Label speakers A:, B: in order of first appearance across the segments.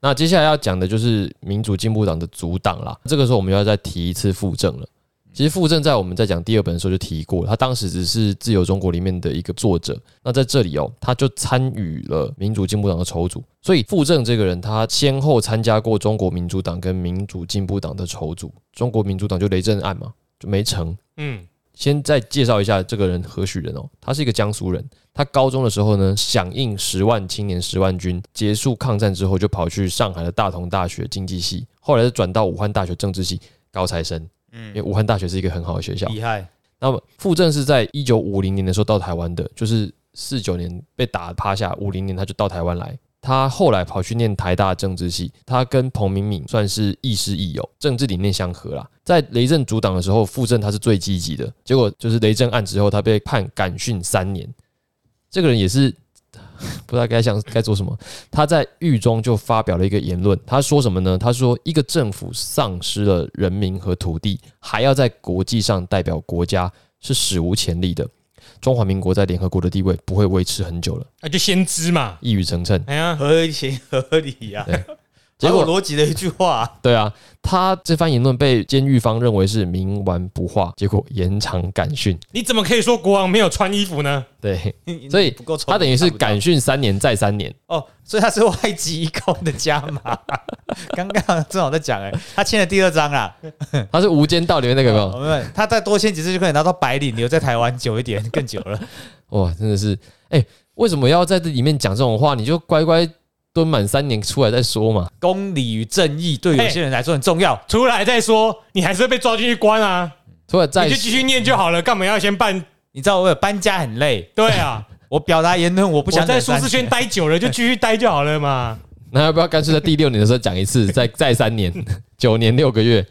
A: 那接下来要讲的就是民主进步党的阻挡啦。这个时候我们要再提一次附证了。其实傅政在我们在讲第二本的时候就提过了，他当时只是《自由中国》里面的一个作者。那在这里哦，他就参与了民主进步党的筹组，所以傅政这个人，他先后参加过中国民主党跟民主进步党的筹组。中国民主党就雷震案嘛，就没成。
B: 嗯，
A: 先再介绍一下这个人何许人哦，他是一个江苏人。他高中的时候呢，响应十万青年十万军结束抗战之后，就跑去上海的大同大学经济系，后来就转到武汉大学政治系高材生。嗯，因为武汉大学是一个很好的学校。
B: 厉害。
A: 那么傅政是在一九五零年的时候到台湾的，就是四九年被打趴下，五零年他就到台湾来。他后来跑去念台大政治系，他跟彭明敏算是亦师亦友，政治理念相合啦。在雷震阻挡的时候，傅政他是最积极的，结果就是雷震案之后，他被判感训三年。这个人也是不知道该想该做什么。他在狱中就发表了一个言论，他说什么呢？他说一个政府丧失了人民和土地，还要在国际上代表国家，是史无前例的。中华民国在联合国的地位不会维持很久了，
B: 啊，就先知嘛。
A: 一语成谶。
B: 哎呀，
C: 合情合理呀、
A: 对
C: 啊，
A: 结
C: 结
A: 果
C: 果逻辑的一句话、
A: 对啊，他这番言论被监狱方认为是冥顽不化，结果延长感训。
B: 你怎么可以说国王没有穿衣服呢？
A: 对
C: 你
A: 所以
C: 你不够聪明
A: 他等于是
C: 看不到
A: 感训三年再三年，
C: 哦，所以他是外籍移工的加码。刚刚正好在讲哎、他签了第二章啦，
A: 他是《无间道》里面那个有没有
C: 我们他再多签几次就可以拿到白领，留在台湾久一点，更久了。
A: 哇，真的是，哎、为什么要在这里面讲这种话？你就乖乖蹲满三年出来再说嘛。
C: 公理与正义对有些人来说很重要。
B: 出来再说，你还是会被抓进去关啊。
A: 出来再
B: 你就继续念就好了，干嘛要先办？
C: 你知道我有搬家很累，
B: 对啊，
C: 我表达言论我 不
B: 我
C: 想
B: 在
C: 忍
B: 舒
C: 三
B: 适圈
C: 年。
B: 待久了，就继续待就好了 嘛。
A: 那要不要干脆在第六年的时候讲一次，再再三年，九年六个月？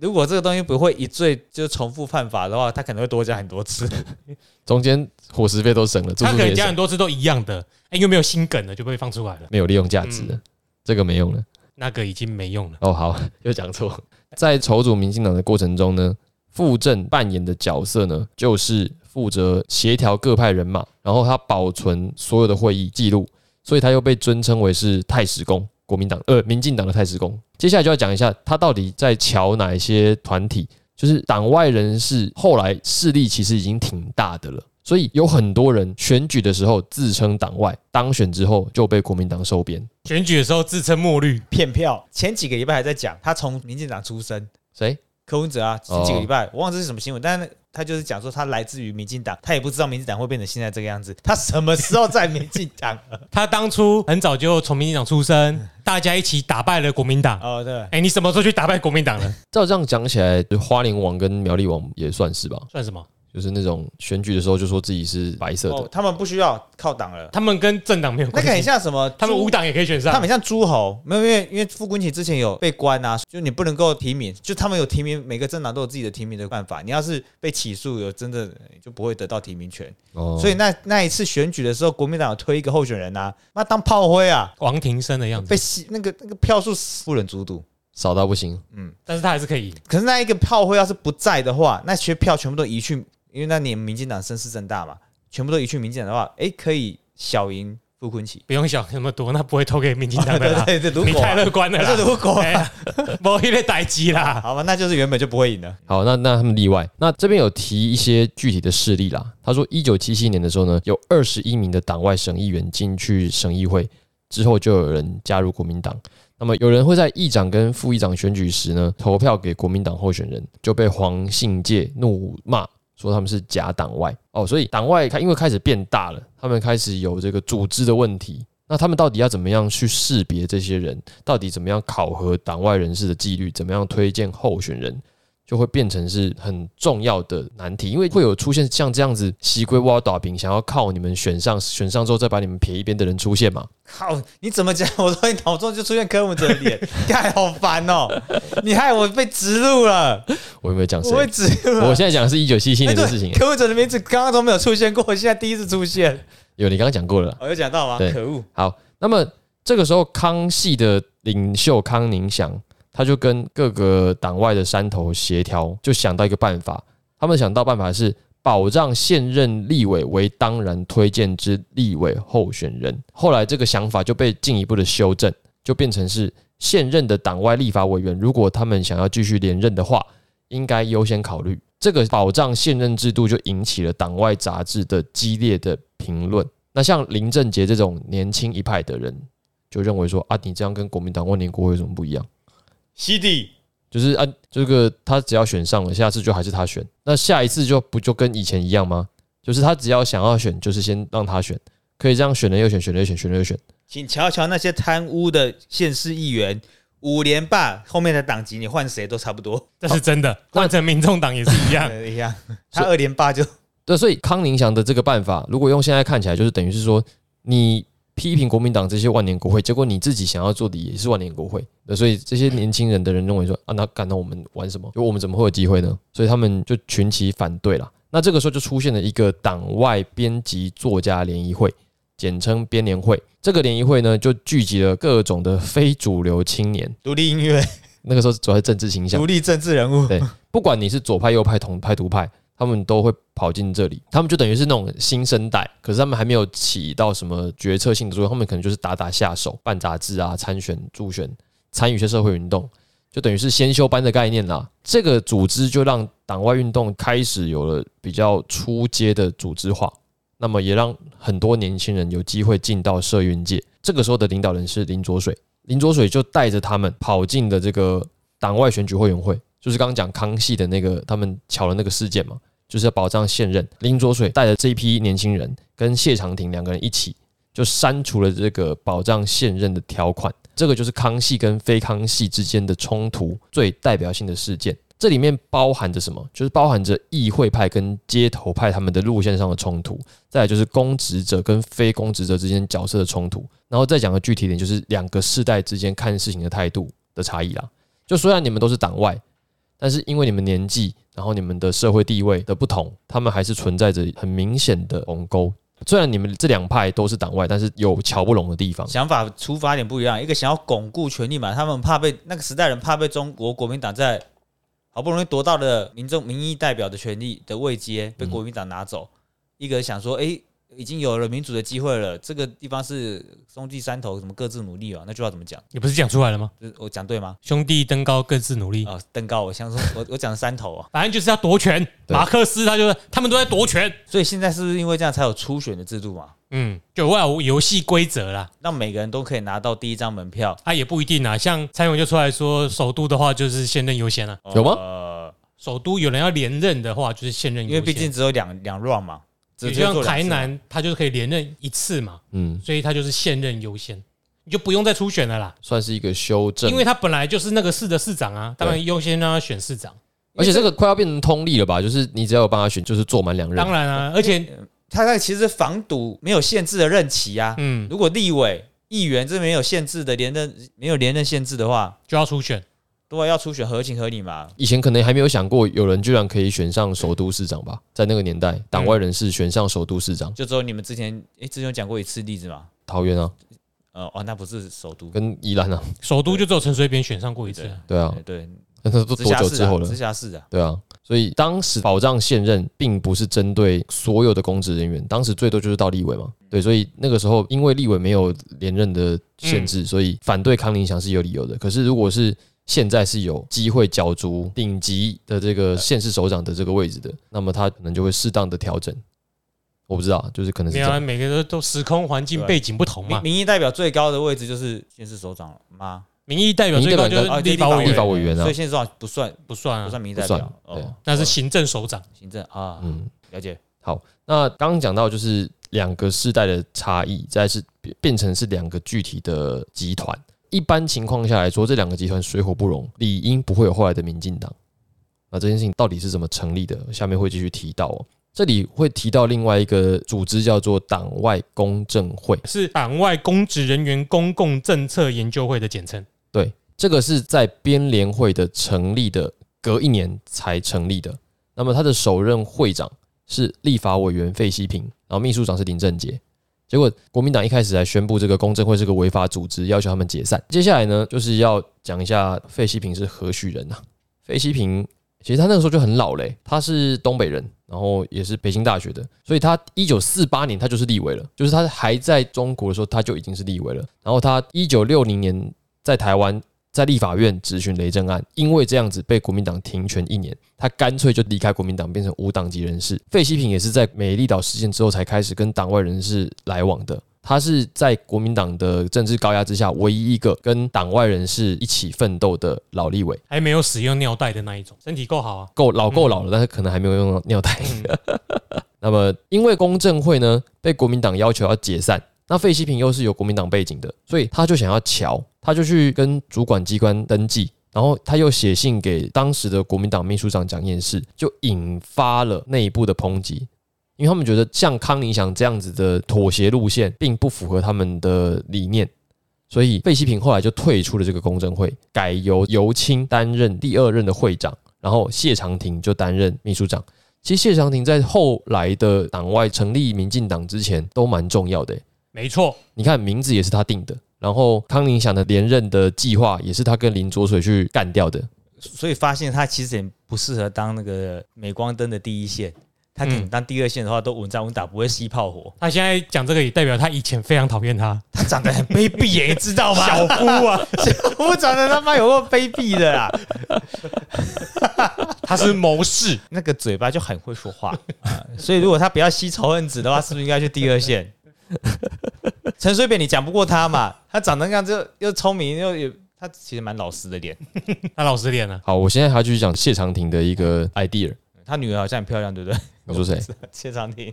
C: 如果这个东西不会一罪就重复犯法的话，他可能会多加很多次。
A: 中间伙食费都省了，住
B: 他
A: 宿
B: 可
A: 费
B: 能
A: 也
B: 讲
A: 省
B: 很，多次都一样的，哎，又没有新梗了，就被放出来了。
A: 没有利用价值了，这个没用了。
B: 那个已经没用 了。
A: 哦，好， 又讲错。在筹组民进党的过程中呢，傅政扮演的角色呢，就是负责协调各派人马，然后他保存所有的会议记录，所以他又被尊称为是太史公，国民党呃，民进党的太史公。接下来就要讲一下他到底在瞧哪一些团体，就是党外人士后来势力其实已经挺大的了。所以有很多人选举的时候自称党外，当选之后就被国民党收编。
B: 选举的时候自称墨绿，
C: 骗票，前几个礼拜还在讲他从民进党出身，
A: 谁？
C: 柯文哲啊，前几个
A: 哦
C: 礼拜、我忘了这是什么新闻，但是他就是讲说他来自于民进党，他也不知道民进党会变成现在这个样子，他什么时候在民进党？
B: 他当初很早就从民进党出身，大家一起打败了国民 党。
C: 哦，对，
B: 哎，你什么时候去打败国民党了？
A: 照这样讲起来，就花莲王跟苗栗王也算是吧，
B: 算什么？
A: 就是那种选举的时候就说自己是白色
C: 哦
A: 的，，
C: 他们不需要靠党了，
B: 他们跟政党没有
C: 那
B: 关
C: 个很
B: 系，
C: 像什么？
B: 他们
C: 朱
B: 无，党也可以选上。
C: 他们很像诸侯，没有，因为因为傅昆萁之前有被关啊，就你不能够提名，就他们有提名，每个政党都有自己的提名的办法，你要是被起诉，有真的就不会得到提名权，
A: 哦，
C: 所以那那一次选举的时候，国民党有推一个候选人啊，那当炮灰啊。
B: 王庭生的样子，
C: 被吸那个那个票数不忍卒睹。
A: 少到不行。
B: 但是他还是可以赢。
C: 可是那一个炮灰要是不在的话，那些票全部都移去，因为那年民进党声势正大嘛，全部都移去民进党的话，哎、可以小赢傅 昆萁。
B: 不用想那么多，那不会投给民进党的啦。
C: 对对，如
B: 你
C: 果
B: 太
C: 啊
B: 乐观了
C: 可是
B: 啦，
C: 如果啊、
B: 哎呀，某一类代机啦。
C: 好吧，那就是原本就不会赢了。
A: 好，那那他们例外。那这边有提一些具体的事例啦。他说，一九七七年的时候呢，有二十一名的党外省议员进去省议会，之后就有人加入国民党。那么有人会在议长跟副议长选举时呢，投票给国民党候选人，就被黄信介怒骂说他们是假党外哦。所以党外开因为开始变大了，他们开始有这个组织的问题。那他们到底要怎么样去识别这些人？到底怎么样考核党外人士的纪律？怎么样推荐候选人？就会变成是很重要的难题，因为会有出现像这样子西归挖打饼，想要靠你们选上，选上之后再把你们撇一边的人出现嘛。
C: 靠，你怎么讲？我说你脑中就出现柯文哲的脸，太好烦 哦！你害我被植入了，
A: 我有没有讲谁
C: 我？被植入了。
A: 我现在讲的是一九七七
C: 哎
A: 年
C: 对
A: 的事情、
C: 柯文哲的名字刚刚都没有出现过，现在第一次出现，哦
A: 有你刚刚讲过了啦。
C: 我、有讲到吗？
A: 对
C: 可恶！
A: 好，那么这个时候，康系的领袖康宁祥，他就跟各个党外的山头协调，就想到一个办法。他们想到办法是保障现任立委为当然推荐之立委候选人。后来这个想法就被进一步的修正，就变成是现任的党外立法委员，如果他们想要继续连任的话，应该优先考虑。这个保障现任制度就引起了党外杂志的激烈的评论。那像林正杰这种年轻一派的人，就认为说啊，你这样跟国民党万年国会有什么不一样？
C: 西地
A: 就是啊，这个他只要选上了，下次就还是他选，那下一次就不就跟以前一样吗？就是他只要想要选，就是先让他选，可以这样选了又选，选了又选，选了又选。
C: 请瞧瞧那些贪污的县市议员，五连霸后面的党籍，你换谁都差 不多。
B: 这是真的，换成民众党也是一样。
C: 哎呀，他二连霸就
A: 对，所以康宁祥的这个办法，如果用现在看起来，就是等于是说，你批评国民党这些万年国会，结果你自己想要做的也是万年国会。对，所以这些年轻人的人认为说，啊，那干那我们玩什么？就我们怎么会有机会呢？所以他们就群起反对啦。那这个时候就出现了一个党外编辑作家联谊会，简称编联会。这个联谊会呢，就聚集了各种的非主流青年。
C: 独立音乐、
A: 那个时候主要是政治倾向，
C: 独立政治人物
A: 对，不管你是左派、右派、同派、独派，他们都会跑进这里。他们就等于是那种新生代，可是他们还没有起到什么决策性的作用，他们可能就是打打下手、办杂志啊、参选、助选、参与一些社会运动，就等于是先修班的概念啦。这个组织就让党外运动开始有了比较初阶的组织化。那么也让很多年轻人有机会进到社运界。这个时候的领导人是林卓水，林卓水就带着他们跑进了这个党外选举会员会，就是刚刚讲康熙的那个他们巧了那个事件嘛，就是要保障现任。林卓水带着这一批年轻人跟谢长廷两个人一起，就删除了这个保障现任的条款。这个就是康熙跟非康熙之间的冲突最代表性的事件。这里面包含着什么？就是包含着议会派跟街头派他们的路线上的冲突，再来就是公职者跟非公职者之间角色的冲突，然后再讲个具体点，就是两个世代之间看事情的态度的差异啦。就虽然你们都是党外，但是因为你们年纪，然后你们的社会地位的不同，他们还是存在着很明显的鸿沟。虽然你们这两派都是党外，但是有瞧不拢的地方。
C: 想法出发点不一样，一个想要巩固权力嘛，他们怕被那个时代人怕被中国国民党在好不容易夺到的民众民意代表的权利的位阶被国民党拿走，一个想说，诶，已经有了民主的机会了，这个地方是兄弟山头，什么各自努力啊，那句话怎么讲？
B: 你不是讲出来了吗？
C: 这我讲对吗？
B: 兄弟登高各自努力，
C: 啊、登高，我想说，我我讲山头啊，
B: 反正就是要夺权。
A: 对
B: 马克思他就是他们都在夺权。
C: 所以现在是不是因为这样才有初选的制度嘛？
B: 嗯，就外有游戏规则啦，
C: 让每个人都可以拿到第一张门票，
B: 啊也不一定啊。像蔡英文就出来说，首都的话就是现任优先啊。
A: 有吗
C: 呃，
B: 首都有人要连任的话，就是现任优
C: 因
B: 先。
C: 为毕竟只有两两 round 嘛，只
B: 就
C: 只有
B: 像
C: 做两
B: 台
C: 次嘛
B: 南，他就是可以连任一次嘛，
A: 嗯，
B: 所以他就是现任优先，你就不用再初选了啦，
A: 算是一个修正
B: 因，为他本来就是那个市的市长啊，当然优先让他选市长。
A: 而且这个快要变成通例了吧？就是你只要有帮他选，就是坐满两任
B: 当。然啊，而且
C: 他在其实防堵没有限制的任期啊。
B: 嗯，
C: 如果立委、议员这没有限制的连任，没有连任限制的话，
B: 就要初选，
C: 对啊，要初选合情合理嘛。
A: 以前可能还没有想过有人居然可以选上首都市长吧？在那个年代，党外人士选上首都市长，
C: 就只有你们之前，诶，之前有讲过一次例子嘛？
A: 桃园啊，
C: 呃，哦，那不是首都，
A: 跟宜兰啊，
B: 首都就只有陈水扁选上过一次啊，
A: 对啊
C: 呃，对，
A: 那都
C: 直
A: 多
C: 辖
A: 久
C: 市
A: 之
C: 啊
A: 后，了
C: 直？辖市啊，
A: 对啊，所以当时保障现任并不是针对所有的公职人员，当时最多就是到立委嘛。对，所以那个时候因为立委没有连任的限
B: 嗯
A: 制，所以反对康宁祥是有理由的。可是如果是现在是有机会角逐顶级的这个县市首长的这个位置的，那么他可能就会适当的调整。我不知道，就是可能是
B: 没
A: 这
B: 有啊，
A: 样。
B: 每个都都时空环境
C: 对
B: 背景不同
C: 民
B: 嘛。
C: 民意代表最高的位置就是县市首长了吗？
B: 民意代表最高就
A: 民
B: 是
C: 啊
B: 立法委
A: 立法
B: 员，
A: 委员啊
C: 所以县市首长不算
B: 不算
C: 不
B: 啊，
C: 算民意
A: 不
C: 代
A: 算
C: 表，
A: 对
C: 哦，
B: 那是行政首长。
C: 行政啊，
A: 嗯，
C: 了解。
A: 好，那刚刚讲到就是两个世代的差异，再是变变成是两个具体的集团。一般情况下来说，这两个集团水火不容，理应不会有后来的民进党。那这件事情到底是怎么成立的，下面会继续提到哦。这里会提到另外一个组织叫做党外公正会，
B: 是党外公职人员公共政策研究会的简称。
A: 对，这个是在编联会的成立的隔一年才成立的。那么他的首任会长是立法委员费希平，然后秘书长是林正杰。结果国民党一开始还宣布这个公正会是个违法组织，要求他们解散。接下来呢，就是要讲一下费希平是何许人呐、啊费希平其实他那个时候就很老嘞、他是东北人，然后也是北京大学的，所以他一九四八年他就是立委了，就是他还在中国的时候他就已经是立委了。然后他一九六零年在台湾在立法院质询雷震案，因为这样子被国民党停权一年，他干脆就离开国民党，变成无党籍人士。费希平也是在美丽岛事件之后才开始跟党外人士来往的。他是在国民党的政治高压之下，唯一一个跟党外人士一起奋斗的老立委，
B: 还没有使用尿袋的那一种，身体够好啊。
A: 够老够老了，但是可能还没有用到尿袋。
B: 嗯，
A: 那么因为公正会呢被国民党要求要解散，那费希平又是有国民党背景的，所以他就想要瞧，他就去跟主管机关登记。然后他又写信给当时的国民党秘书长蒋彦士，就引发了内部的抨击，因为他们觉得像康宁祥这样子的妥协路线并不符合他们的理念，所以费希平后来就退出了这个公正会，改由尤清担任第二任的会长，然后谢长廷就担任秘书长。其实谢长廷在后来的党外成立民进党之前都蛮重要的欸、
B: 没错，
A: 你看名字也是他定的，然后康宁祥的连任的计划也是他跟林卓水去干掉的。
C: 所以发现他其实也不适合当那个镁光灯的第一线，他可
B: 嗯
C: 能当第二线的话都稳扎稳打，不会吸炮火。
B: 他现在讲这个也代表他以前非常讨厌 他，
C: 他长得很卑鄙耶，你知道吗？
B: 小夫 啊，
C: 我长得他妈有够卑鄙的啊啦，
B: 他是谋士。
C: 那个嘴巴就很会说话、啊所以如果他不要吸仇恨值的话，是不是应该去第二线？陈水扁你讲不过他嘛，他长得那样就又聪明又也，他其实蛮老实的脸，
B: 他老实点啊，
A: 好，我现在还要继续讲谢长廷的一个 idea。
C: 他女儿好像很漂亮，对不对？
A: 我说谁？
C: 谢长廷，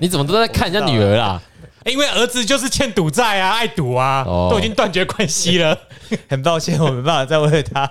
A: 你怎么都在看人家女儿啦？
B: 欸因为儿子就是欠赌债啊，爱赌啊，
A: 哦
B: 都已经断绝关系了，
C: 很抱歉，我没办法再为他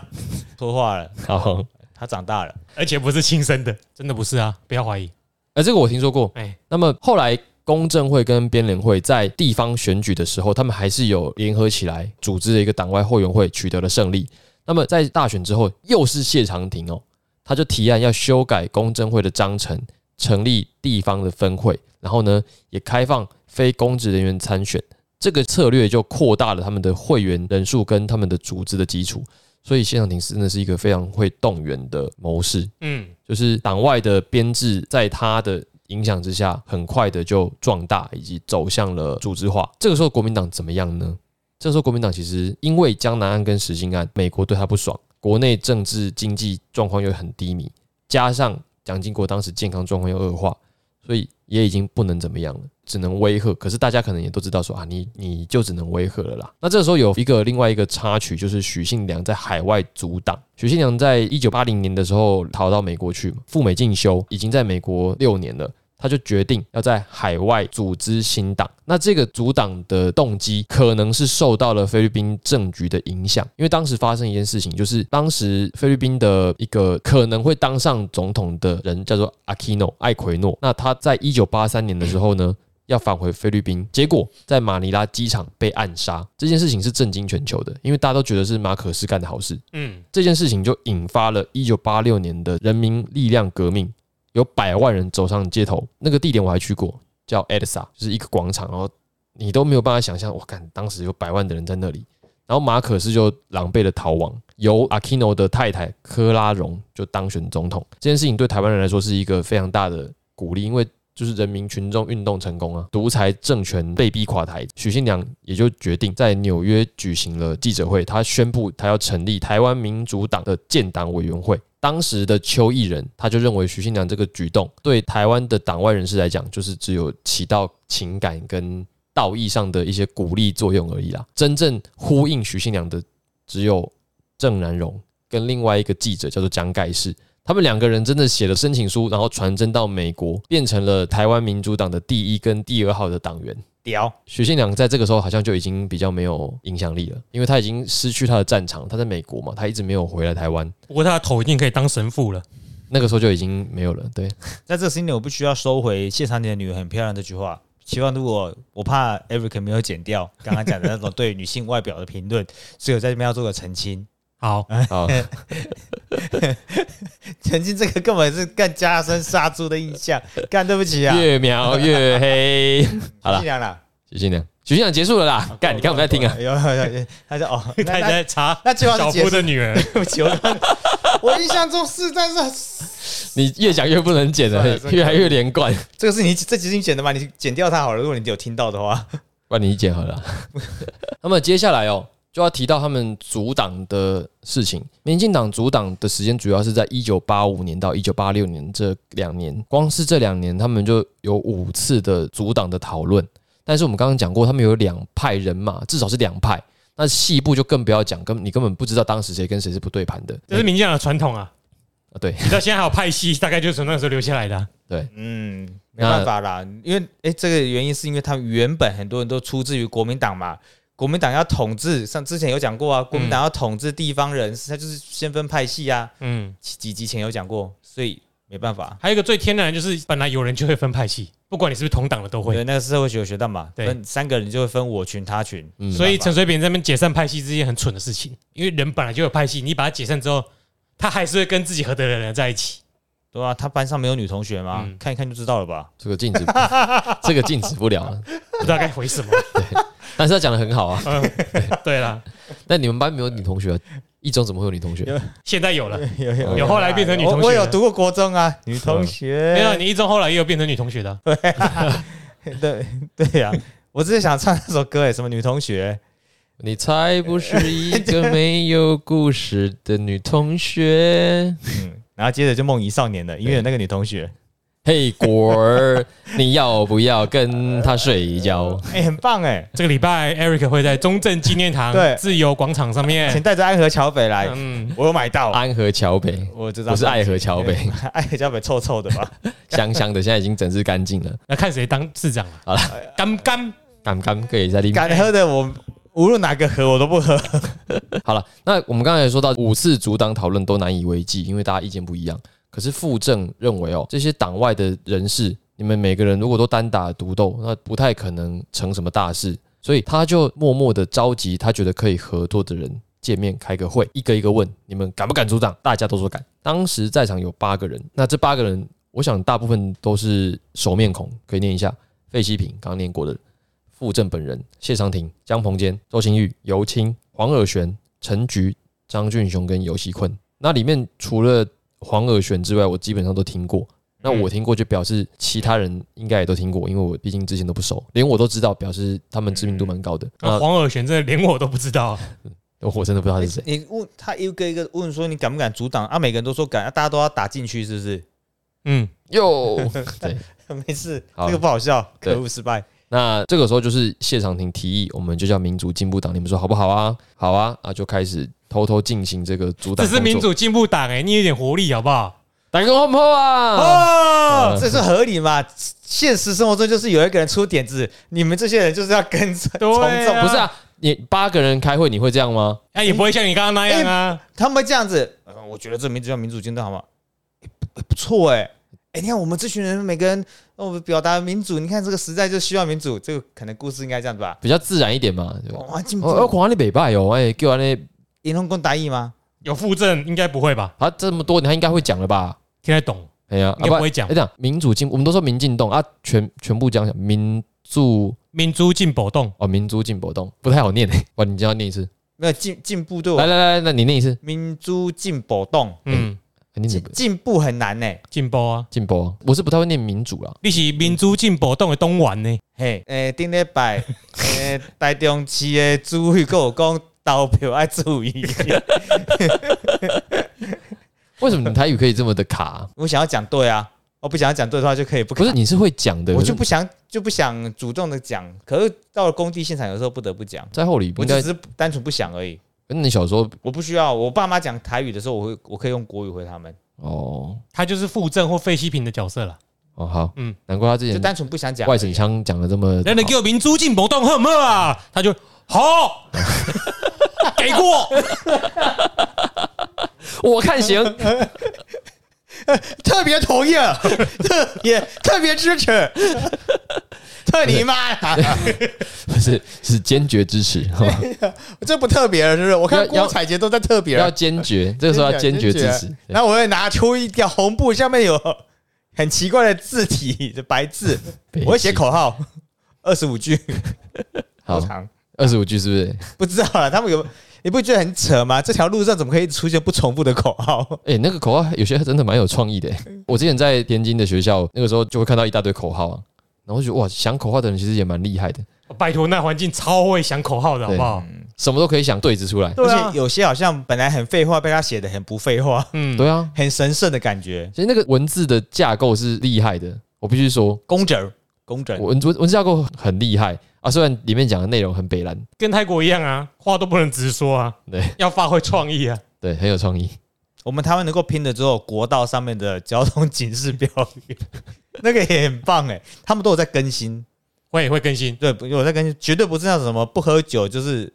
C: 说话了，
A: 好，
C: 他长大了。
B: 而且不是亲生的，真的不是啊，不要怀疑。
A: 呃，这个我听说过。
B: 哎，
A: 那么后来公正会跟编联会在地方选举的时候，他们还是有联合起来组织了一个党外后援会，取得了胜利。那么在大选之后，又是谢长廷哦，他就提案要修改公正会的章程，成立地方的分会，然后呢，也开放非公职人员参选。这个策略就扩大了他们的会员人数跟他们的组织的基础，所以谢长廷真的是一个非常会动员的谋士。
B: 嗯，
A: 就是党外的编制在他的影响之下，很快的就壮大以及走向了组织化。这个时候国民党怎么样呢？这个时候国民党其实因为江南案跟石信案，美国对他不爽，国内政治经济状况又很低迷，加上蒋经国当时健康状况又恶化，所以也已经不能怎么样了。只能威吓，可是大家可能也都知道说啊，你你就只能威吓了啦。那这时候有一个另外一个插曲，就是许信良在海外阻挡。许信良在一九八零年的时候逃到美国去嘛，赴美进修，已经在美国六年了。他就决定要在海外组织新党。那这个阻党的动机，可能是受到了菲律宾政局的影响，因为当时发生一件事情，就是当时菲律宾的一个可能会当上总统的人叫做阿基诺艾奎诺。那他在一九八三年的时候呢，要返回菲律宾，结果在马尼拉机场被暗杀。这件事情是震惊全球的，因为大家都觉得是马可斯干的好事。
B: 嗯，
A: 这件事情就引发了1986年的人民力量革命，有百万人走上街头。那个地点我还去过，叫 EDSA，就是一个广场，然后你都没有办法想象，我看当时有百万的人在那里。然后马可斯就狼狈的逃亡，由阿基诺的太太科拉荣就当选总统。这件事情对台湾人来说是一个非常大的鼓励，因为就是人民群众运动成功啊，独裁政权被逼垮台，许信良也就决定在纽约举行了记者会，他宣布他要成立台湾民主党的建党委员会。当时的邱毅人他就认为许信良这个举动对台湾的党外人士来讲，就是只有起到情感跟道义上的一些鼓励作用而已啦。真正呼应许信良的只有郑南荣跟另外一个记者叫做江盖世，他们两个人真的写了申请书，然后传真到美国，变成了台湾民主党的第一跟第二号的党员。
C: 屌，
A: 许信良在这个时候好像就已经比较没有影响力了，因为他已经失去他的战场，他在美国嘛，他一直没有回来台湾，
B: 不过他的头已经可以当神父了。
A: 那个时候就已经没有了。对，
C: 在这个时间点，我必须要收回现场里的女人很漂亮这句话。希望如果我怕 Eric 没有剪掉刚刚讲的那种对女性外表的评论，所以我在这边要做个澄清。
B: 好，
C: 啊
A: 好，
C: 澄清这个根本是更加深杀猪的印象。 干，对不起啊，
A: 越描越黑。 好了
C: 尽，量啦。
A: 许信良，许信良结束了啦。干，你看我们在听啊。
C: 有有有，他 说哦， 那
B: 他
C: 那
B: 在查
C: 那计划是
B: 小
C: 结
B: 夫
C: 束
B: 的女 儿。
C: 对不起，我刚我印象中是，但是
A: 你越讲越不能剪了
C: 算了算，了
A: 越来越连贯。
C: 这个是你这集是你剪的吗？你剪掉它好了，如果你有听到的话。
A: 不然你剪好了啦。 那么接下来哦，就要提到他们阻挡的事情。民进党阻挡的时间主要是在一九八五年到一九八六年这两年，光是这两年他们就有五次的阻挡的讨论。但是我们刚刚讲过，他们有两派人马，至少是两派。那细部就更不要讲，根你根本不知道当时谁跟谁是不对盘的。
B: 这是民进党的传统啊，
A: 啊对
B: 你到现在还有派系，大概就是从那时候留下来的啊、
C: 嗯，没办法啦，因为哎、诶这个原因是因为他们原本很多人都出自于国民党嘛，国民党要统治，上之前有讲
B: 嗯
C: 过啊，国民党要统治地方人，他就是先分派系啊，
B: 嗯，
C: 几几集前有讲过，所以没办法。
B: 还有一个最天然的就是，本来有人就会分派系，不管你是不是同党的都
C: 因
B: 会。
C: 为那个社会学有学到嘛，
B: 对
C: 分三个人就会分我群他群，
A: 嗯
B: 所以陈水扁在那边解散派系是一件很蠢的事情，因为人本来就有派系，你把它解散之后，他还是会跟自己合得来的人在一 起。
C: 对啊，他班上没有女同学吗？
B: 嗯
C: 看一看就知道了吧。
A: 这个禁止不，这个禁止不了啊。
B: 不知道该回什么。
A: 但是他讲的很好啊。
B: 嗯，对啦，
A: 那你们班没有女同学、啊？一中怎么会有女同学？
B: 现在有 了，
C: 有
A: 有
B: 有后来变成女
C: 我
B: 同学
C: 我有读过国中啊，女同学
B: 没有你一中后来也有变成女同学的啊，
C: 对对呀、啊，我之前想唱那首歌诶，什么女同学？
A: 你才不是一个没有故事的女同学。
C: 嗯，然后接着就梦遗少年了，因为有那个女同学。
A: 嘿，果儿，你要不要跟她睡一觉？
C: 哎、很棒哎、
B: 这个礼拜 Eric 会在中正纪念堂
C: 对
B: 自由广场上
C: 请
A: 哎
B: 面，
C: 带着安河桥北来，
B: 嗯，
C: 我有买到，
A: 安河桥北，
C: 我知道
A: 啊不是爱河桥北，，
C: 爱河桥北臭臭的 吧？
A: 香香的，现在已经整治干净了。
B: 那看谁当市长了。
A: 好
B: 了，干干
A: 刚刚可以在里面。
C: 敢喝的我无论哪个河我 都不喝。
A: 好了，那我们刚才说到五次阻挡讨论都难以为继，因为大家意见不一样。可是傅政认为哦，这些党外的人士，你们每个人如果都单打独斗，那不太可能成什么大事，所以他就默默的召集他觉得可以合作的人见面开个会，一个一个问你们敢不敢阻挡？大家都说敢。当时在场有八个人，那这八个人，我想大部分都是熟面孔，可以念一下：费希平，刚刚念过的；傅政本人、谢长廷、江鹏坚、周清玉、尤清、黄尔璇、陈菊、张俊雄跟游锡坤。那里面除了黄尔璇之外，我基本上都听过。那我听过就表示其他人应该也都听过，因为我毕竟之前都不熟，连我都知道，表示他们知名度蛮高的。
B: 啊
A: 啊，
B: 黄尔璇，真的连我都不知道。
A: 我真的不知道他是谁。
C: 你问他一个一个问说你敢不敢阻挡啊？每个人都说敢，啊、大家都要打进去是不是？
B: 嗯，
A: 哟， 对，
C: 没事，
A: 好
C: 这个不好笑，
A: 对
C: 可恶失败。
A: 那这个时候就是谢长廷提议，我们就叫民主进步党，你们说好不好啊？好啊，啊，就开始偷偷进行这个阻
B: 这
A: 挡
B: 是
A: 工
B: 民
A: 作。
B: 主进步党哎，你有点活力好不好？
A: 打个轰破啊！
C: 哦，
A: 嗯
C: 这是合理嘛？现实生活中就是有一个人出点子，你们这些人就是要跟着
B: 对
C: 从
B: 啊
C: 众，
A: 不是啊，你八个人开会，你会这样吗？
B: 哎，也不会像你刚刚那样啊。
A: 哎
C: 他们这样子，呃我觉得这名字叫民主进步好吗？欸不欸不错哎、欸，哎、你看我们这群人每个人，呃我们表达民主，你看这个时代就需要民主，这个可能故事应该这样子吧？
A: 比较自然一点嘛，对吧？
C: 哇，进
A: 我我
C: 步，
A: 狂你北拜哦，哎，叫完那
C: 银龙共达意吗？
B: 有附赠应该不会吧？
A: 他这么多，他应该会讲了吧？
B: 听得懂？
A: 哎呀，
B: 应该不会讲
A: 哎，讲民主进，我们都说民进动啊，全全部讲讲民主
B: 民主进步动，
A: 哦，民主进步动不太好念哎，哇，你就要念一次，
C: 没有进进步对
A: 来
C: 我
A: 来来，那你念一次，
C: 民主进步动，
B: 嗯，
A: 哎你怎
C: 进
A: 么
C: 进步很难呢、
B: 进步啊，
A: 进步啊？我是不太会念民主啦，
B: 你是民主进步动的东丸呢？
C: 嘿，诶、顶礼 拜，诶、台中市的主委跟我讲，投票要 注意。
A: 为什么你台语可以这么的卡啊？
C: 我想要讲对啊，我不想要讲对的话就可以不
A: 不是，你是会讲的，
C: 我
A: 可是
C: 就不想就不想主动的讲，可是到了工地现场，有时候不得不讲，
A: 在后里不
C: 我
A: 应
C: 只
A: 该。
C: 是单纯不想而已。
A: 跟你小时候
C: 我不需要，我爸妈讲台语的时候，我会我可以用国语回他们。
A: 哦
B: 他就是附赠或废弃品的角色了。
A: 哦，好，嗯
B: 嗯，
A: 难怪他之
C: 就
A: 前
C: 单纯不想讲而已。啊
A: 外省腔讲的这么
B: 人类
A: 好
B: 给我民族进某动恨么啊？他就 好，给过，
A: 我看 行，
C: 特别同意，特 也特别支持，特你 妈呀！
A: 不是是坚决支 持，好吧
C: 这不特别了，是不是？我
A: 要
C: 看
A: 要
C: 郭采洁都在特别
A: 要坚决，这个时候要坚决支持。
C: 然后我会拿出一条红布，上面有很奇怪的字体的白 字，
A: 北
C: 我会写
A: 极
C: 口号，二十五句，好
A: 好，
C: 长，
A: 二十五句是不是？
C: 不知道了。他们有，你不觉得很扯吗？这条路上怎么可以一直出现不重复的口号？
A: 哎、那个口号有些真的蛮有创意的、
C: 嗯
A: 我之前在天津的学校，那个时候就会看到一大堆口号啊，然后就觉得哇，想口号的人其实也蛮厉害的，
B: 拜托，那环境超会想口号的好不好？
A: 什么都可以想对子出来。
B: 对
C: 而
B: 啊
C: 且，有些好像本来很废话，被他写的很不废话，
B: 嗯，
A: 对啊，
C: 很神圣的感觉。
A: 其实那个文字的架构是厉害的，我必须说，
C: 工整，工整，
A: 文文文字架构很厉害啊。虽然里面讲的内容很北蓝，
B: 跟泰国一样啊，话都不能直说啊，
A: 对
B: 要发挥创意啊。
A: 对，很有创意。
C: 我们台湾能够拼的只有国道上面的交通警示标语， 那个也很棒哎、他们都有在更新，
B: 会会更新，
C: 对，有在更新，绝对不是那种什么不喝酒，就是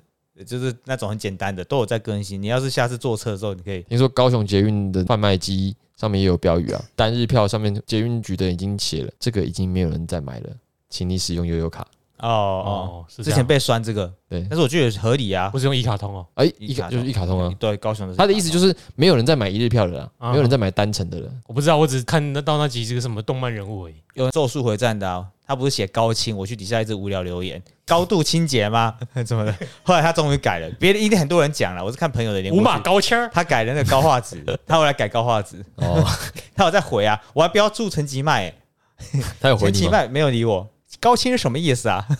C: 就是那种很简单的，都有在更新。你要是下次坐车的时候，你可以
A: 听说高雄捷运的贩卖机上面也有标语啊，单日票上面捷运局的已经写了，这个已经没有人再买了，请你使用悠游卡。
C: 哦哦，
B: 哦，是这
C: 之
B: 样
C: 前被酸这个，
A: 对
C: 但是我觉得合理啊
B: 不。是用一卡通哦，
A: 哎、
C: 一
A: 一卡
C: 卡
A: 就是
C: 通
A: 一卡通啊。
C: 对，高雄的
A: 他的意思就是是没有人再买一日票了啦，
B: 啊
A: 没有人再买单程的了。
B: 我不知道，我只看得到那几这个什么动漫人物而已。
C: 有《咒术回战》的、啊，他不是写高清，我去底下一直无聊留言，高度清洁吗？ 怎么的？后来他终于改了，别的一定很多人讲了，我是看朋友的连
B: 五马
C: 过去
B: 高签儿，
C: 他改了那个高画 质，他后来改高画质，
A: 哦，
C: 他有在回啊，我还标注陈吉迈、欸，
A: 他有回
C: 陈
A: 你
C: 吉
A: 吗？
C: 迈没有理我，高清是什么意思啊？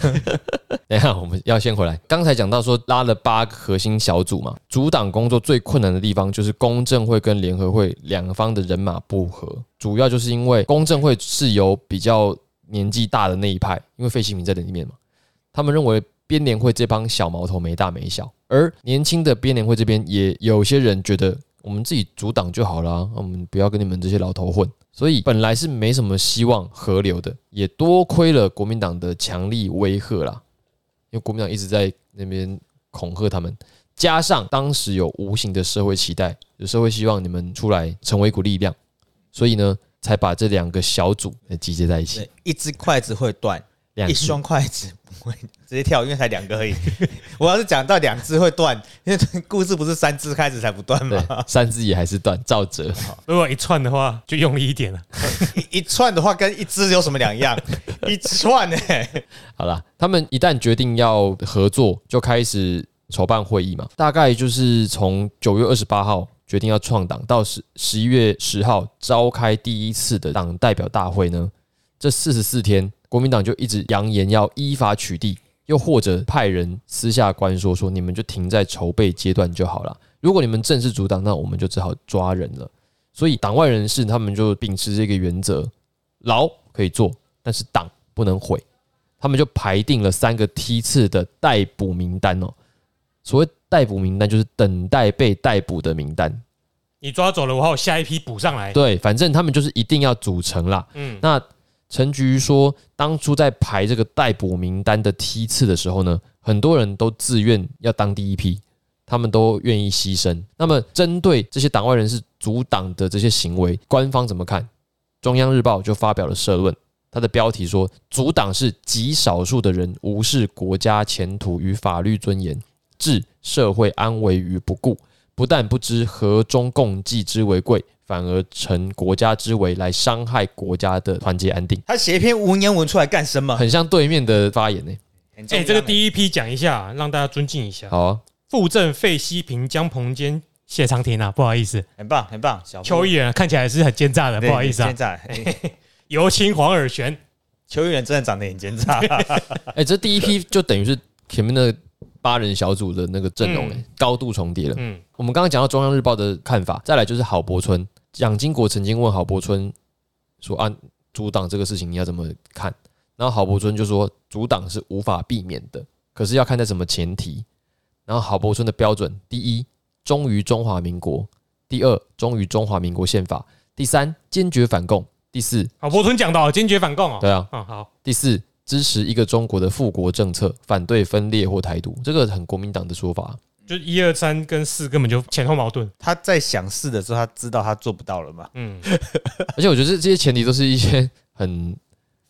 A: 等一下，我们要先回来。刚才讲到说拉了八个核心小组嘛，阻挡工作最困难的地方就是公证会跟联合会两方的人马不合，主要就是因为公证会是由比较年纪大的那一派，因为费希明在里面嘛，他们认为编联会这帮小毛头没大没小，而年轻的编联会这边也有些人觉得我们自己阻挡就好啦，我们不要跟你们这些老头混。所以本来是没什么希望合流的，也多亏了国民党的强力威吓啦。因为国民党一直在那边恐吓他们，加上当时有无形的社会期待，有社会希望你们出来成为一股力量，所以呢，才把这两个小组呃集结在一起。
C: 一只筷子会断，
A: 两
C: 一双筷子不会 直接跳，因为才两个而已。 我要是讲到两只会断，因为故事不是三只开始才不断
A: 对
C: 吗？，
A: 三只也还是断，照折。
B: 如果一串的话，就用力一点了。 啊
C: 一一串的话跟一只有什么两样？ 一串哎、
A: 好啦，他们一旦决定要合作，就开始筹办会议嘛。大概就是从九月二十八号决定要创党，到十十一月十号召开第一次的党代表大会呢，这四十四天，国民党就一直扬言要依法取缔，又或者派人私下关说说你们就停在筹备阶段就好了。如果你们正式阻挡，那我们就只好抓人了。所以党外人士他们就秉持这个原则，牢可以做，但是党不能毁。他们就排定了三个梯次的逮捕名单哦。所谓逮捕名单，就是等待被逮捕的名单。
B: 你抓走了，我还有下一批补上来。
A: 对，反正他们就是一定要组成啦。
B: 嗯，
A: 那陈局说，当初在排这个逮捕名单的梯次的时候呢，很多人都自愿要当第一批，他们都愿意牺牲。那么，针对这些党外人士阻挡的这些行为，官方怎么看？中央日报就发表了社论，它的标题说：“阻挡是极少数的人无视国家前途与法律尊严，置社会安危于不顾，不但不知和中共济之为贵，反而乘国家之危来伤害国家的团结安定。”
C: 他写一篇文言文出来干什么？
A: 很像对面的发言呢、欸
B: 哎、这个
C: 一
B: 第一批讲一下，让大家尊敬一下。
A: 好啊，
B: 傅政、费希平、江鹏坚、谢长廷啊，不好意思，
C: 很棒，很棒，小
B: 邱
C: 玉，
B: 议员看起来是很奸诈的，
C: 对
B: 不好意思啊
C: 奸。诈，
B: 尤青、黄尔璇，
C: 邱玉人真的长得很 奸诈，
A: 哎、这第一批就等于是前面那个八人小组的那个阵容、欸
B: 嗯
A: 高度重叠了。
B: 嗯，
A: 我们刚刚讲到中央日报的看法，再来就是郝柏村，蒋经国曾经问郝柏村说：“啊，阻挡这个事情你要怎么看？”然后郝柏村就说：“阻挡是无法避免的，可是要看在什么前提。”然后郝柏村的标准：第一，忠于中华民国；第二，忠于中华民国宪法；第三，坚决反共；第四，
B: 好，博吞讲到坚决反共哦。
A: 对啊，
B: 嗯，好，
A: 第四，支持一个中国的复国政策，反对分裂或台独，这个很国民党的说法。
B: 就一二三跟四根本就前后矛盾。
C: 他在想事的时候，他知道他做不到了嘛？
B: 嗯，
A: 而且我觉得这这些前提都是一些很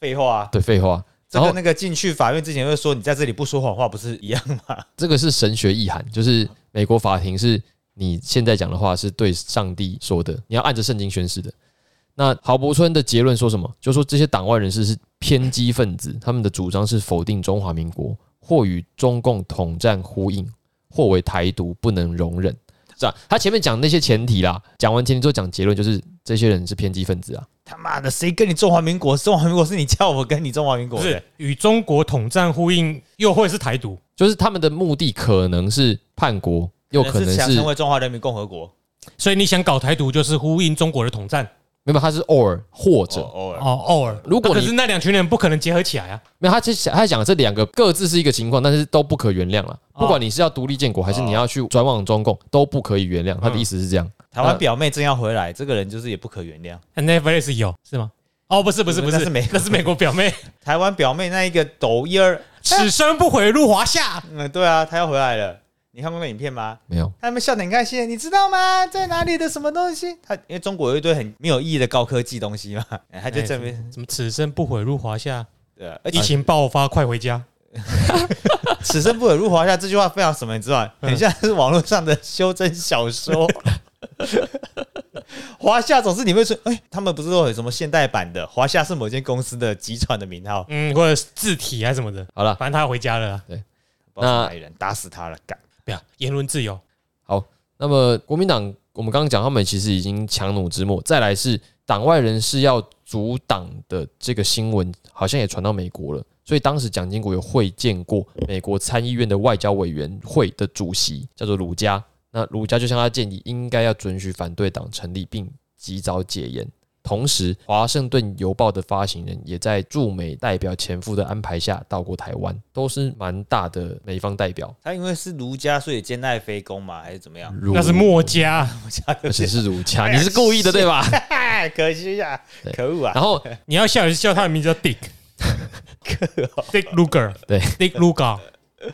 C: 废话、啊，
A: 对废话，
C: 这
A: 然
C: 跟
A: 后
C: 那个进去法院之前会说你在这里不说谎话不是一样吗？
A: 这个是神学意涵，就是美国法庭是你现在讲的话是对上帝说的，你要按着圣经宣誓的。那郝柏村的结论说什么？就说这些党外人士是偏激分子，他们的主张是否定中华民国，或与中共统战呼应，或为台独不能容忍。是啊，他前面讲那些前提啦，讲完前提之后讲结论，就是这些人是偏激分子啊。
C: 他妈的，谁跟你中华民国？中华民国是你叫我跟你中华民
B: 不
C: 国的
B: 是，与中国统战呼应，又会是台独。
A: 就是他们的目的可能是叛国，又可能
C: 是想
A: 是
C: 成为中华人民共和国，
B: 所以你想搞台独，就是呼应中国的统战
A: 没有，他是偶尔或者
C: 哦偶尔
B: 哦。偶尔，
A: 如果
B: 啊可
A: 你
B: 是那两群人不可能结合起来啊。
A: 没有，他其实他讲这两个各自是一个情况，但是都不可原谅了。
B: 哦
A: 不管你是要独立建国，还是你要去转往中共，都不可以原谅。他的意思是这样，
C: 台湾表妹正要回来，这个人就是也不可原谅。
B: Netflix 有是吗？哦，不是不是不是，
C: 那是美国
B: 那是美国表妹，
C: 台湾表妹那一个抖音儿，
B: 此生不悔入华夏。
C: 嗯，对啊，她要回来了。你看过那影片吗？
A: 没有
C: 他们笑得很开心，你知道吗？在哪里的什么东西？他因为中国有一堆很没有意义的高科技东西嘛， 哎他就这边
B: 什么此生不悔入华夏？
C: 对啊，而且
B: 疫情爆发，快回家。
C: 此生不悔入华夏这句话非常什么，你知道吗？
B: 嗯
C: 很像是网络上的修真小说。 华夏总是你会说，哎、他们不是都有什么现代版的？华夏是某间公司的集团的名号，
B: 嗯，或者是字体啊什么的，
A: 好了，
B: 反正他要回家了啊，
C: 不知道是哪里人打死他了，干
B: 不要言论自由。
A: 那么国民党，我们刚刚讲，他们其实已经强弩之末。再来是党外人士要阻挡的这个新闻，好像也传到美国了。所以当时蒋经国有会见过美国参议院的外交委员会的主席，叫做儒家。那儒家就向他建议，应该要准许反对党成立，并及早解严。同时，《华盛顿邮报》的发行人也在驻美代表前夫的安排下到过台湾，都是蛮大的美方代表。
C: 他因为是儒家，所以兼爱非攻嘛，还是怎么样？
A: 儒
B: 那是墨，家，啊
A: 而且是儒家，
C: 哎
A: 你
C: 呀
A: 是故意的对 吧？
C: 哎可惜呀、
A: 对
C: 可恶啊！
A: 然后
B: 你要笑也是笑他的名字叫 Dick。Dick Luger，
A: 对
B: ，Dick Luger，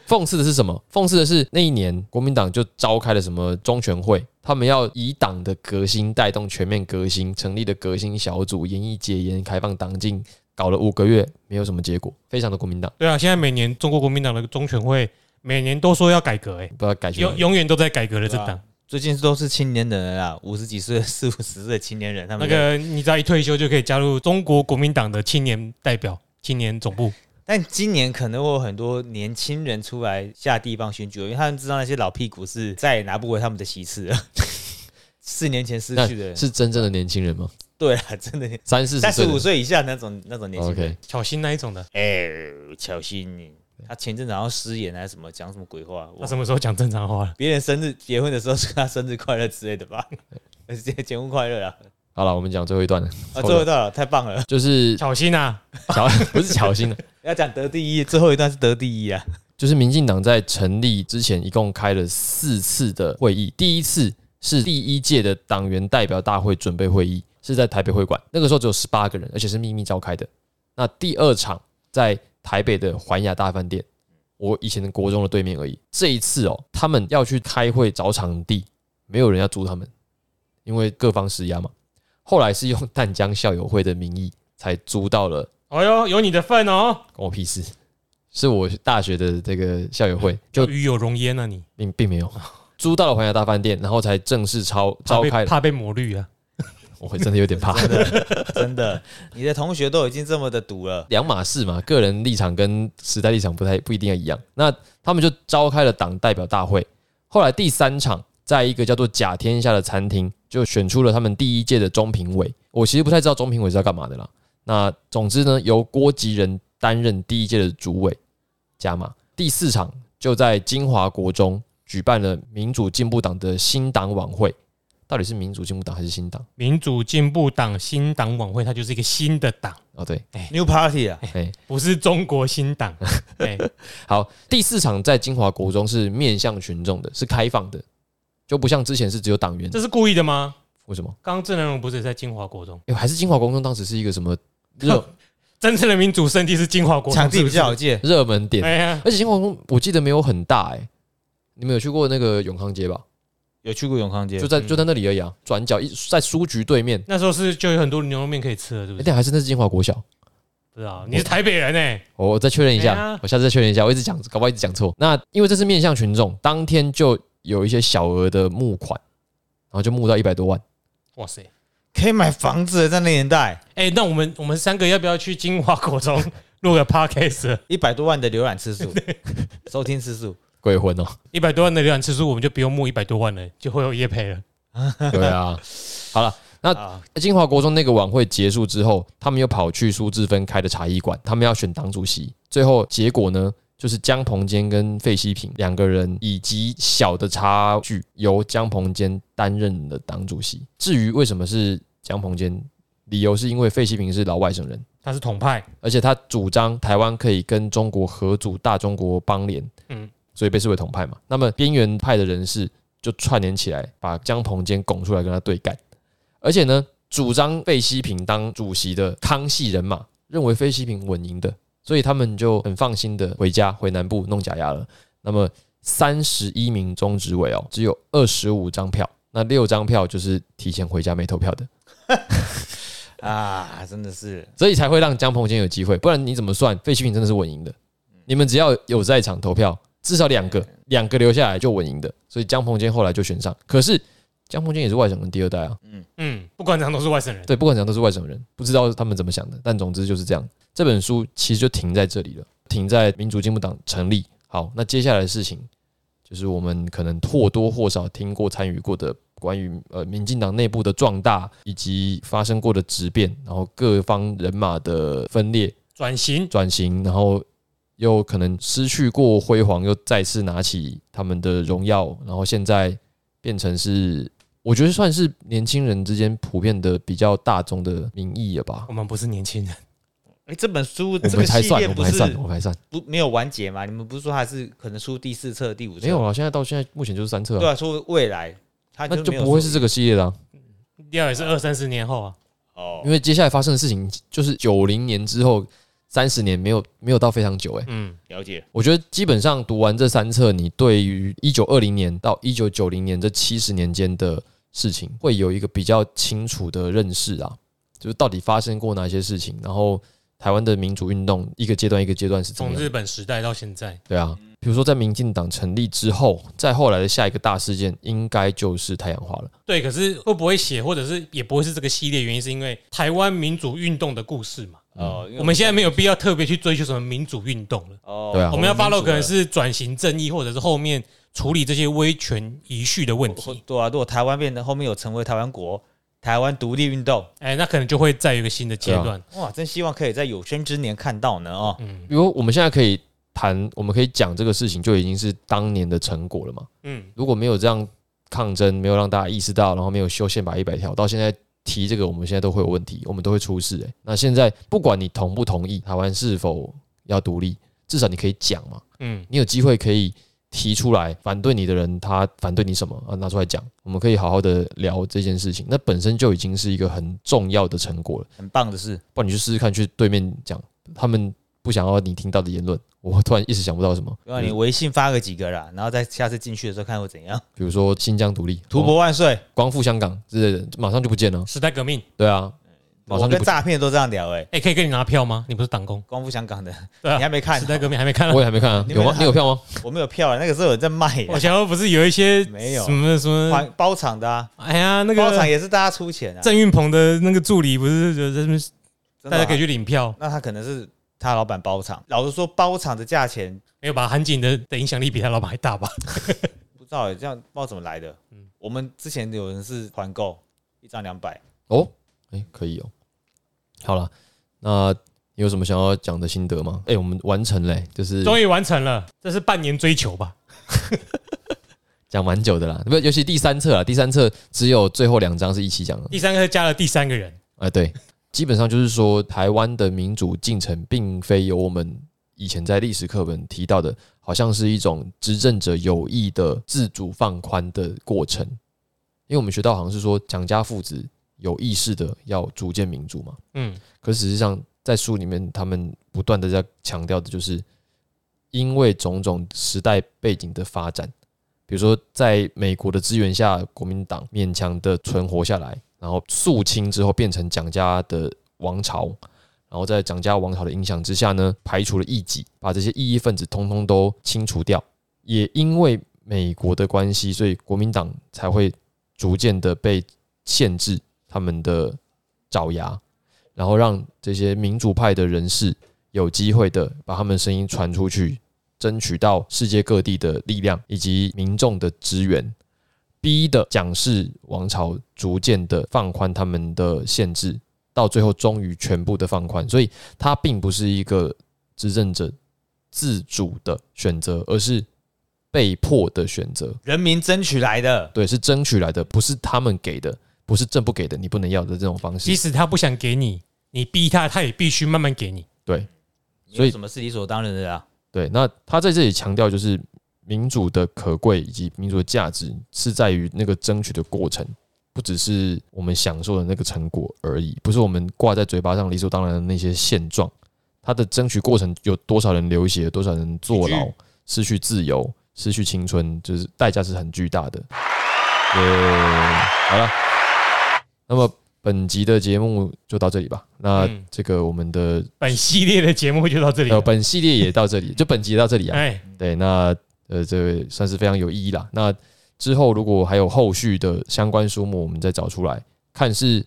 A: 讽刺的是什么？讽刺的是那一年国民党就召开了什么中全会，他们要以党的革新带动全面革新，成立了革新小组，严议戒严，开放党禁，搞了五个月，没有什么结果，非常的国民党，
B: 对啊，现在每年中国国民党的中选会每年都说要改革，哎，
A: 不知道改去哪
B: 永
A: 里。
B: 永远都在改革的这
C: 对啊
B: 党。
C: 最近都是青年人了啦，五十几岁、 四五十岁的青年人，他
B: 那
C: 们在
B: 个你只要一退休就可以加入中国国民党的青年代表、青年总部。
C: 但今年可能会有很多年轻人出来下地方选举，因为他们知道那些老屁股是再也拿不回他们的席次了。 四年前失
A: 那
C: 去的人，
A: 是真正的年轻人吗？
C: 对啦， 真的
A: 三四
C: 三
A: 十
C: 十
A: 岁
C: 五
A: 的
C: 岁以下那种那种年轻人
A: ，OK，。
B: 巧心那一种的，
C: 哎、小心你！他前阵子好像失言还是什么，讲什么鬼话？
B: 他
C: 我
B: 什么时候讲正常话了？
C: 别人生日结婚的时候说他生日快乐之类的 吧？ 呃结结婚快乐啊！
A: 好了，我们讲最后一段了，
C: 啊，
A: 好的
C: 最后一段了，太棒了！
A: 就是
B: 巧心啊，
A: 乔 不是乔欣的，啊
C: 要讲得第一，最后一段是得第一啊！
A: 就是民进党在成立之前，一共开了四次的会议。第一次是第一届的党员代表大会准备会议，是在台北会馆，那个时候只有十八个人，而且是秘密召开的。那第二场在台北的环亚大饭店，我以前的国中的对面而已。这一次哦，他们要去开会找场地，没有人要租他们，因为各方施压嘛。后来是用淡江校友会的名义才租到了
B: 哎呦，有你的份哦，
A: 关我屁事，是我大学的这个校友会，就
B: 与有容焉啊你，
A: 并并没有 租到了环亚大饭店，然后才正式超
B: 怕
A: 召
B: 被
A: 开。
B: 怕被抹绿啊。
A: 我会 真的有点怕，
C: 真的，你的同学都已经这么的毒了，
A: 两码事嘛，个人立场跟时代立场不太不一定要一样。那他们就召开了党代表大会，后来第三场在一个叫做“假天下”的餐厅，就选出了他们第一届的中评委。我其实不太知道中评委是要干嘛的啦。那总之呢，由郭吉仁担任第一届的主委，加码。第四场就在金华国中举办了民主进步党的新党晚会，到底是民主进步党还是新党？
B: 民主进步党新党晚会，它就是一个新的党，
A: 哦，对，
C: New Party 啊，
A: 哎、
B: 不是中国新 党。哎，
A: 好，第四场在金华国中是面向群众的，是开放的，就不像之前是只有党员。
B: 这是故意的吗？
A: 为什么？
B: 刚刚郑南荣不是也在金华国中？
A: 哎、还是金华国中当时是一个什么 热
B: 真正的民主圣地是金华国中，
C: 场地比较好
B: 是
C: 借，
A: 热门
B: 不是。
A: 点？
B: 哎呀，
A: 而且金华国中我记得没有很大哎、你们有去过那个永康街吧？
C: 有去过永康街
A: 就，在
B: 嗯
A: 就在那里而已啊，转角一在书局对面。
B: 那时候是就有很多牛肉面可以吃了，是不
A: 哎、
B: 是？
A: 但还是那是金华国小。
B: 不知道，你是台北人哎，
A: 我我再确认一下，
B: 哎呀
A: 我下次再确认一下，我一直讲，搞不好一直讲错。那因为这是面向群众，当天就有一些小额的募款，然后就募到一百多万。
B: 哇塞！
C: 可以买房子，在那年代
B: 哎、那我们我们三个要不要去金华国中录个 podcast？
C: 一百多万的浏览 次数，收听次数，
A: 鬼魂哦，
B: 一百多万的浏览次数，我们就不用募一百多万了，就会有业配了。
A: 对啊。好了，那
C: 啊
A: 金华国中那个晚会结束之后，他们又跑去苏志芬开的茶艺馆，他们要选党主席。最后结果呢，就是江鹏坚跟费希平两个人以及小的差距，由江鹏坚担任了党主席。至于为什么是江鹏坚，理由是因为费希平是老外省人。
B: 他是统派，
A: 而且他主张台湾可以跟中国合组大中国邦联，
B: 嗯
A: 嗯，所以被视为统派嘛。那么边缘派的人士就串联起来，把江鹏坚拱出来跟他对干。而且呢，主张费希平当主席的康系人马认为费希平稳赢的，所以他们就很放心的回家回南部弄假牙了。那么三十一名中执委哦，只有二十五张票，那六张票就是提前回家没投票的。
C: 啊，真的是
A: 所以才会让江鹏坚有机会，不然你怎么算？费希平真的是稳赢的。你们只要有在场投票，至少两个，两个留下来就稳赢的。所以江鹏坚后来就选上，可是江鹏坚也是外省人第二代啊，
B: 嗯，不管怎样都是外省人。
A: 对，不管怎样都是外省人，不知道他们怎么想的，但总之就是这样。这本书其实就停在这里了，停在民主进步党成立。好，那接下来的事情就是我们可能或多或少听过、参与过的关于呃民进党内部的壮大，以及发生过的质变，然后各方人马的分裂，
B: 转型，
A: 转型，然后又可能失去过辉煌，又再次拿起他们的荣耀，然后现在变成是，我觉得算是年轻人之间普遍的比较大众的民意了吧
B: 我。们不是年轻人，
C: 哎，这本书
A: 我
C: 这
A: 们
C: 个
A: 才
C: 系
A: 算，
C: 列
A: 我
C: 不
A: 们还
C: 是
A: 算，我们还算，
C: 不没有完结吗？你们不是说它是可能出第四册、第五册？
A: 没有啊。现在到现在目前就是三册、
C: 对
A: 啊，
C: 啊，说未来它
A: 那就
C: 没有
A: 不会
C: 说
A: 是这个系列的、啊，
B: 第二也是二三十年后啊。
C: 哦
A: 因，为接下来发生的事情就是九零年之后三十年没有没有到非常久哎、
B: 嗯，
C: 了解
A: 我觉得基本上读完这三册，你对于一九二零年到一九九零年这七十年间的事情，会有一个比较清楚的认识啊，就是到底发生过哪些事情，然后台湾的民主运动一个阶段一个阶段是怎么
B: 从
A: 样
B: 日？本时代到现在，
A: 对啊，比如说在民进党成立之后，再后来的下一个大事件，应该就是太阳花了。
B: 对，可是会不会写，或者是也不会是这个系列，原因是因为台湾民主运动的故事嘛。
A: 嗯
C: 哦。因为
B: 我们现在没有必要特别去追求什么民主运动了。
C: 哦，
A: 对啊
B: 我们要
C: 民主
B: follow 可能
C: 了
B: 是转型正义，或者是后面处理这些威权遗绪的问
C: 或
B: 题。
C: 对啊，如果台湾变得后面有成为台湾国、台湾独立运动，
B: 哎，那可能就会再有一个新的阶段。
C: 哇，真希望可以在有生之年看到呢哦。
B: 嗯
A: 比如我们现在可以谈，我们可以讲这个事情，就已经是当年的成果了嘛。
B: 嗯，
A: 如果没有这样抗争，没有让大家意识到，然后没有修宪法一百条，到现在提这个，我们现在都会有问题，我们都会出事、欸。那现在不管你同不同意台湾是否要独立，至少你可以讲嘛，
B: 嗯，
A: 你有机会可以提出来，反对你的人他反对你什么啊，拿出来讲，我们可以好好的聊这件事情，那本身就已经是一个很重要的成果了。
C: 很棒的是，
A: 不然你去试试看，去对面讲他们不想要你听到的言论。我突然一时想不到什么，
C: 希望你微信发个几个啦，然后再下次进去的时候看会怎样。
A: 比如说新疆独立、
C: 图
A: 光
C: 博万岁！
A: 光复香港之类的，马上就不见了。
B: 时代革命，
A: 对啊，马
C: 我
A: 上就
C: 跟
A: 不，
C: 诈骗都这样聊哎，
B: 哎，可以跟你拿票吗？你不是党工？
C: 光复香港的，
B: 对啊
C: 你还没看
B: 时？代革命还没看啊
A: 我也还没看啊，
C: 你
A: 有
C: 们
A: 吗？你有票吗？
C: 我没有票啊，那个时候有在卖
B: 我
C: 啊，
B: 想要不是有一些
C: 没有
B: 什么什么，
C: 还包场的啊，
B: 哎呀，那
C: 包场
B: 个
C: 也是大家出钱啊。
B: 郑运鹏的那个助理不是就在那边，
C: 真的
B: 大
C: 啊
B: 家可以去领票，
C: 那他可能是他老板包场。老实说，包场的价钱
B: 没有吧？韩景的的影响力比他老板还大吧？
C: 不知道哎，这样不知道怎么来的。我们之前有人是团购一张两百，
A: 哦，哎、可以哦。好了，那你有什么想要讲的心得吗？哎、我们完成嘞、就是
B: 终于完成了，这是半年追求吧？
A: 讲蛮久的啦，不，尤其第三册啦，啊第三册只有最后两章是一起讲的。
B: 第三个加了第三个人，
A: 哎、对，基本上就是说，台湾的民主进程并非有我们以前在历史课本提到的，好像是一种执政者有意的自主放宽的过程。因为我们学到好像是说蒋家父子有意识的要逐渐民主嘛，
B: 嗯，
A: 可是实际上在书里面他们不断的在强调的就是，因为种种时代背景的发展，比如说在美国的支援下，国民党勉强的存活下来，然后肃清之后变成蒋家的王朝，然后在蒋家王朝的影响之下呢，排除了异己，把这些异议分子通通都清除掉。也因为美国的关系，所以国民党才会逐渐的被限制他们的爪牙，然后让这些民主派的人士有机会的把他们声音传出去，争取到世界各地的力量以及民众的支援，逼的蒋氏王朝逐渐的放宽他们的限制，到最后终于全部的放宽。所以它并不是一个执政者自主的选择，而是被迫的选择。
C: 人民争取来的，
A: 对，是争取来的，不是他们给的，不是政府给的，你不能要的这种方
B: 即
A: 式。
B: 使他不想给你，你逼他，他也必须慢慢给你。
A: 对，所
C: 所
A: 以
C: 以什么是理所当然的啊？
A: 对，那他在这里强调就是民主的可贵以及民主的价值是在于那个争取的过程，不只是我们享受的那个成果而已，不是我们挂在嘴巴上理所当然的那些现状。他的争取过程有多少人流血，多少人坐牢
C: 巨，
A: 失去自由，失去青春，就是代价是很巨大的。耶、好了，那么本集的节目就到这里吧。那
B: 嗯
A: 这个我们的、
B: 本系列的节目就到这里
A: 呃
B: 了。
A: 本系列也到这里，就本集也到这里啊。
B: 哎，
A: 对，那呃，这个算是非常有意义啦。那之后如果还有后续的相关书目，我们再找出来看是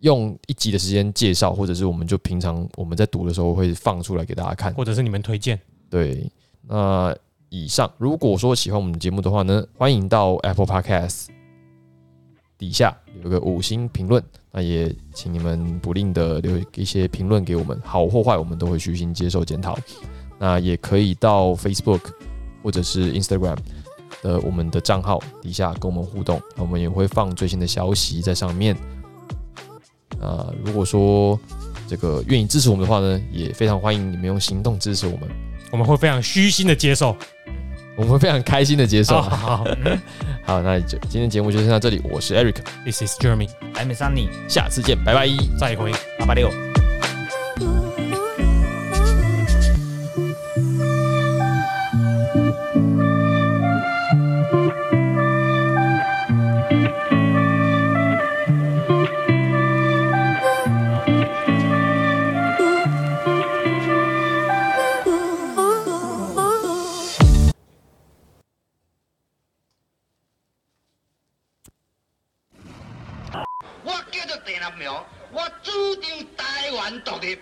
A: 用一集的时间介绍，或者是我们就平常我们在读的时候会放出来给大家看。
B: 或者是你们推荐，
A: 对，那以上如果说喜欢我们的节目的话呢，欢迎到 Apple Podcast 底下有一个五星评论，那也请你们不吝的留一些评论给我们，好或坏我们都会虚心接受检讨。那也可以到 Facebook 或者是 Instagram 的我们的账号底下跟我们互动，我们也会放最新的消息在上面。啊、如果说这个愿意支持我们的话呢，也非常欢迎你们用行动支持我们。
B: 我们会非常虚心的接受。
A: 我们非常开心的接受。
B: 好好好
A: 好，那就今天节目就先到这里，我是 Eric，
B: ，This is Jeremy，
C: 艾美桑尼
A: 下次见，拜拜。
B: 再会。
C: 八八六。
D: 我叫做郑南苗，我主张台湾独立。